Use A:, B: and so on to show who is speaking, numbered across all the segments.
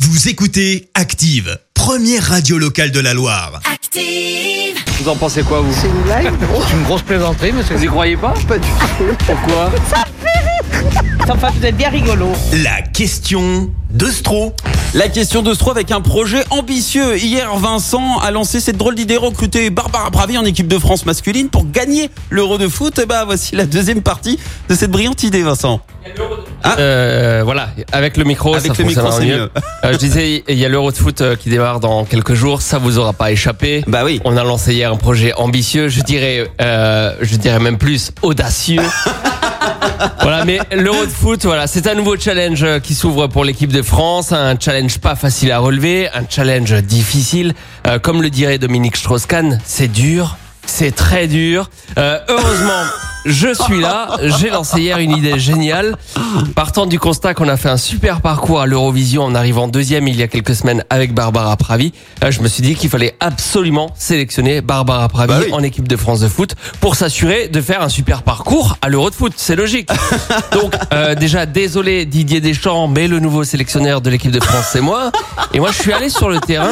A: Vous écoutez Active, première radio locale de la Loire.
B: Active.
C: Vous en pensez quoi, vous
D: C'est une blague
E: C'est une grosse plaisanterie, monsieur.
C: Vous y croyez pas
D: Pas du tout.
C: Pourquoi
D: Enfin, vous êtes bien rigolo.
A: La question de Stro.
F: La question de Stro avec un projet ambitieux. Hier, Vincent a lancé cette drôle d'idée recruter Barbara Pravi en équipe de France masculine pour gagner l'Euro de foot. Et bah voici la deuxième partie de cette brillante idée, Vincent.
C: Ah.
G: Euh, voilà, avec le micro,
F: Avec
G: ça
F: le micro,
G: fonctionnera
F: c'est
G: mieux.
F: mieux.
G: Euh, je disais, il y a l'Euro de foot euh, qui démarre dans quelques jours, ça vous aura pas échappé.
F: Bah oui.
G: On a lancé hier un projet ambitieux, je dirais, euh, je dirais même plus audacieux. voilà, mais l'Euro de foot, voilà, c'est un nouveau challenge euh, qui s'ouvre pour l'équipe de France, un challenge pas facile à relever, un challenge difficile. Euh, comme le dirait Dominique Strauss-Kahn, c'est dur, c'est très dur. Euh, heureusement. Je suis là, j'ai lancé hier une idée géniale. Partant du constat qu'on a fait un super parcours à l'Eurovision en arrivant deuxième il y a quelques semaines avec Barbara Pravi, euh, je me suis dit qu'il fallait absolument sélectionner Barbara Pravi
F: Bah oui.
G: en équipe de France de foot pour s'assurer de faire un super parcours à l'Euro de foot. C'est logique. Donc euh, déjà désolé Didier Deschamps, mais le nouveau sélectionneur de l'équipe de France c'est moi. Et moi je suis allé sur le terrain.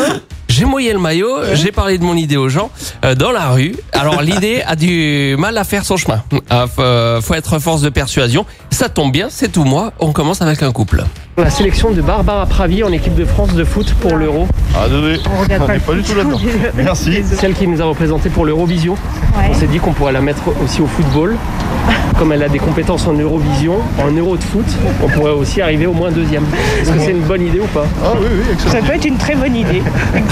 G: J'ai mouillé le maillot, j'ai parlé de mon idée aux gens euh, dans la rue. Alors l'idée a du mal à faire son chemin. Ah, f- euh, faut être force de persuasion. Ça tombe bien, c'est tout moi. On commence avec un couple.
H: La sélection de Barbara Pravi en équipe de France de foot pour l'Euro,
I: Ah désolé, on n'est pas du tout là-dedans. Merci.
H: celle qui nous a représenté pour l'Eurovision. On s'est dit qu'on pourrait la mettre aussi au football. Comme elle a des compétences en Eurovision, en Euro de foot, on pourrait aussi arriver au moins deuxième. Est-ce que c'est une bonne idée ou pas
I: Ah oui, oui, excellent.
D: Ça peut être une très bonne idée.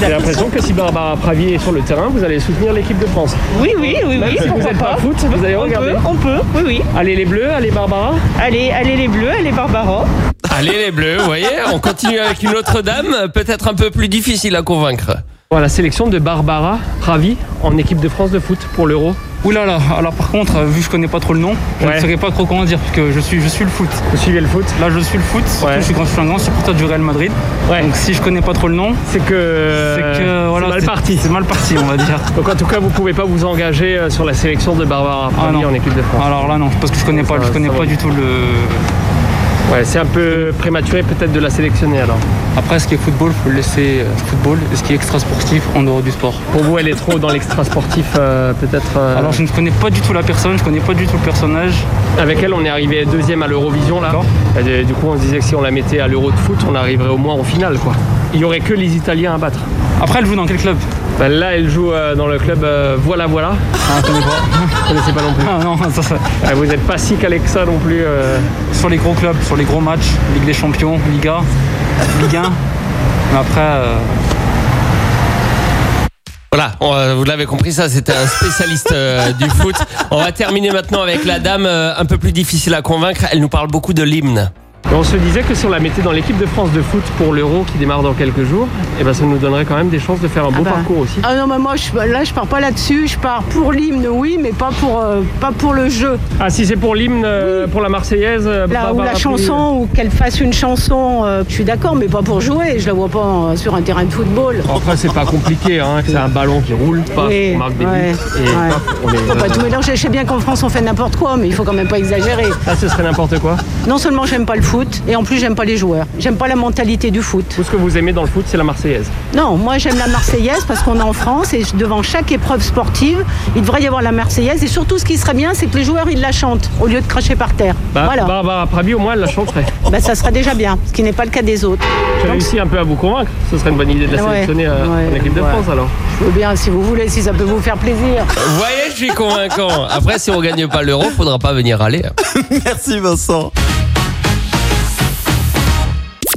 H: J'ai l'impression que si Barbara Pravi est sur le terrain, vous allez soutenir l'équipe de France.
D: Oui, oui, oui,
H: Même
D: oui.
H: si vous
D: pourquoi
H: n'êtes pas foot, vous allez
D: on
H: regarder.
D: peut, on peut, oui, oui.
H: Allez les bleus, allez Barbara.
D: Allez, allez les bleus, allez Barbara.
G: Allez les bleus, vous voyez, on continue avec une autre dame, peut-être un peu plus difficile à convaincre.
H: Voilà, la sélection de Barbara Pravi en équipe de France de foot pour l'Euro.
E: Oulala, alors par contre, euh, vu que je connais pas trop le nom, je
H: Ouais.
E: ne saurais pas trop comment dire, parce que je suis, je suis le foot.
H: Vous suivez le foot
E: Là, je suis le foot, surtout
H: Ouais.
E: je, suis grand, je suis un grand supporter du Real Madrid.
H: Ouais.
E: Donc si je connais pas trop le nom,
H: C'est que.
E: c'est que voilà.
H: c'est mal
E: c'est-
H: parti.
E: C'est mal parti, on va dire.
H: Donc en tout cas, vous pouvez pas vous engager euh, sur la sélection de Barbara
E: Ah,
H: Pravi
E: non.
H: en équipe de France.
E: Alors là, non, parce que je connais pas,
H: Ça va,
E: je connais
H: ça va.
E: pas du tout le. Ah.
H: Ouais, c'est un peu prématuré peut-être de la sélectionner alors.
E: Après, ce qui est football, faut le laisser euh, football, et ce qui est extra sportif, en dehors du sport.
H: Pour vous, elle est trop dans l'extra-sportif euh, peut-être. euh,
E: Alors je ne connais pas du tout la personne, je connais pas du tout le personnage.
H: Avec elle, on est arrivé deuxième à l'Eurovision là.
E: D'accord.
H: Et euh, du coup, on se disait que si on la mettait à l'Euro de foot, on arriverait au moins en finale quoi. Il y aurait que les Italiens à battre.
E: Après, elle joue dans quel club
H: Bah, là, elle joue euh, dans le club euh, Voilà Voilà.
E: Ah, je connais pas.
H: Vous connaissez pas non plus.
E: Ah non, ça, ça-
H: Ah, vous n'êtes pas si calé que ça non plus. euh.
E: sur les gros clubs, sur les gros matchs, Ligue des Champions, Liga, Ligue 1. Mais après, euh,
G: Voilà, on, euh, vous l'avez compris, ça c'était un spécialiste euh, du foot. On va terminer maintenant avec la dame euh, un peu plus difficile à convaincre. Elle nous parle beaucoup de l'hymne.
H: Et on se disait que si on la mettait dans l'équipe de France de foot pour l'Euro qui démarre dans quelques jours, et ben ça nous donnerait quand même des chances de faire un bon
D: bah.
H: parcours aussi.
J: Ah non, mais moi, je, là, je pars pas là-dessus. Je pars pour l'hymne, oui, mais pas pour, euh, pas pour le jeu.
H: Ah, si c'est pour l'hymne, euh, pour la Marseillaise, euh,
J: Là, ou
H: Barbara
J: la
H: Pouli,
J: chanson, ou qu'elle fasse une chanson, euh, je suis d'accord, mais pas pour jouer. Je la vois pas euh, sur un terrain de football.
H: euh, Après, c'est pas compliqué, hein, c'est un ballon qui roule, pas,
J: Oui,
H: on marque des
J: ouais,
H: buts. Et
J: ouais.
H: paf, on les-
J: Faut pas tout mélanger. Je sais bien qu'en France, on fait n'importe quoi, mais il faut quand même pas exagérer.
H: Là, Ah, ce serait n'importe quoi.
J: Non seulement j'aime pas le foot, et en plus, j'aime pas les joueurs. J'aime pas la mentalité du foot.
H: Tout ce que vous aimez dans le foot, c'est la Marseillaise.
J: Non, moi, j'aime la Marseillaise parce qu'on est en France, et devant chaque épreuve sportive, il devrait y avoir la Marseillaise. Et surtout, ce qui serait bien, c'est que les joueurs, ils la chantent, au lieu de cracher par terre.
H: Bah,
J: voilà.
H: Barbara Pravi, au moins, elle la chanterait.
J: Bah, ça serait déjà bien, ce qui n'est pas le cas des autres.
H: J'ai réussi un peu à vous convaincre. Ce serait une bonne idée de la
J: Ouais,
H: sélectionner euh,
J: ouais,
H: en équipe de
J: ouais.
H: France, alors.
J: Je veux bien, si vous voulez, si ça peut vous faire plaisir.
G: Vous voyez, je suis convaincant. Après, si on gagne pas l'euro, faudra pas venir râler.
F: Merci Vincent.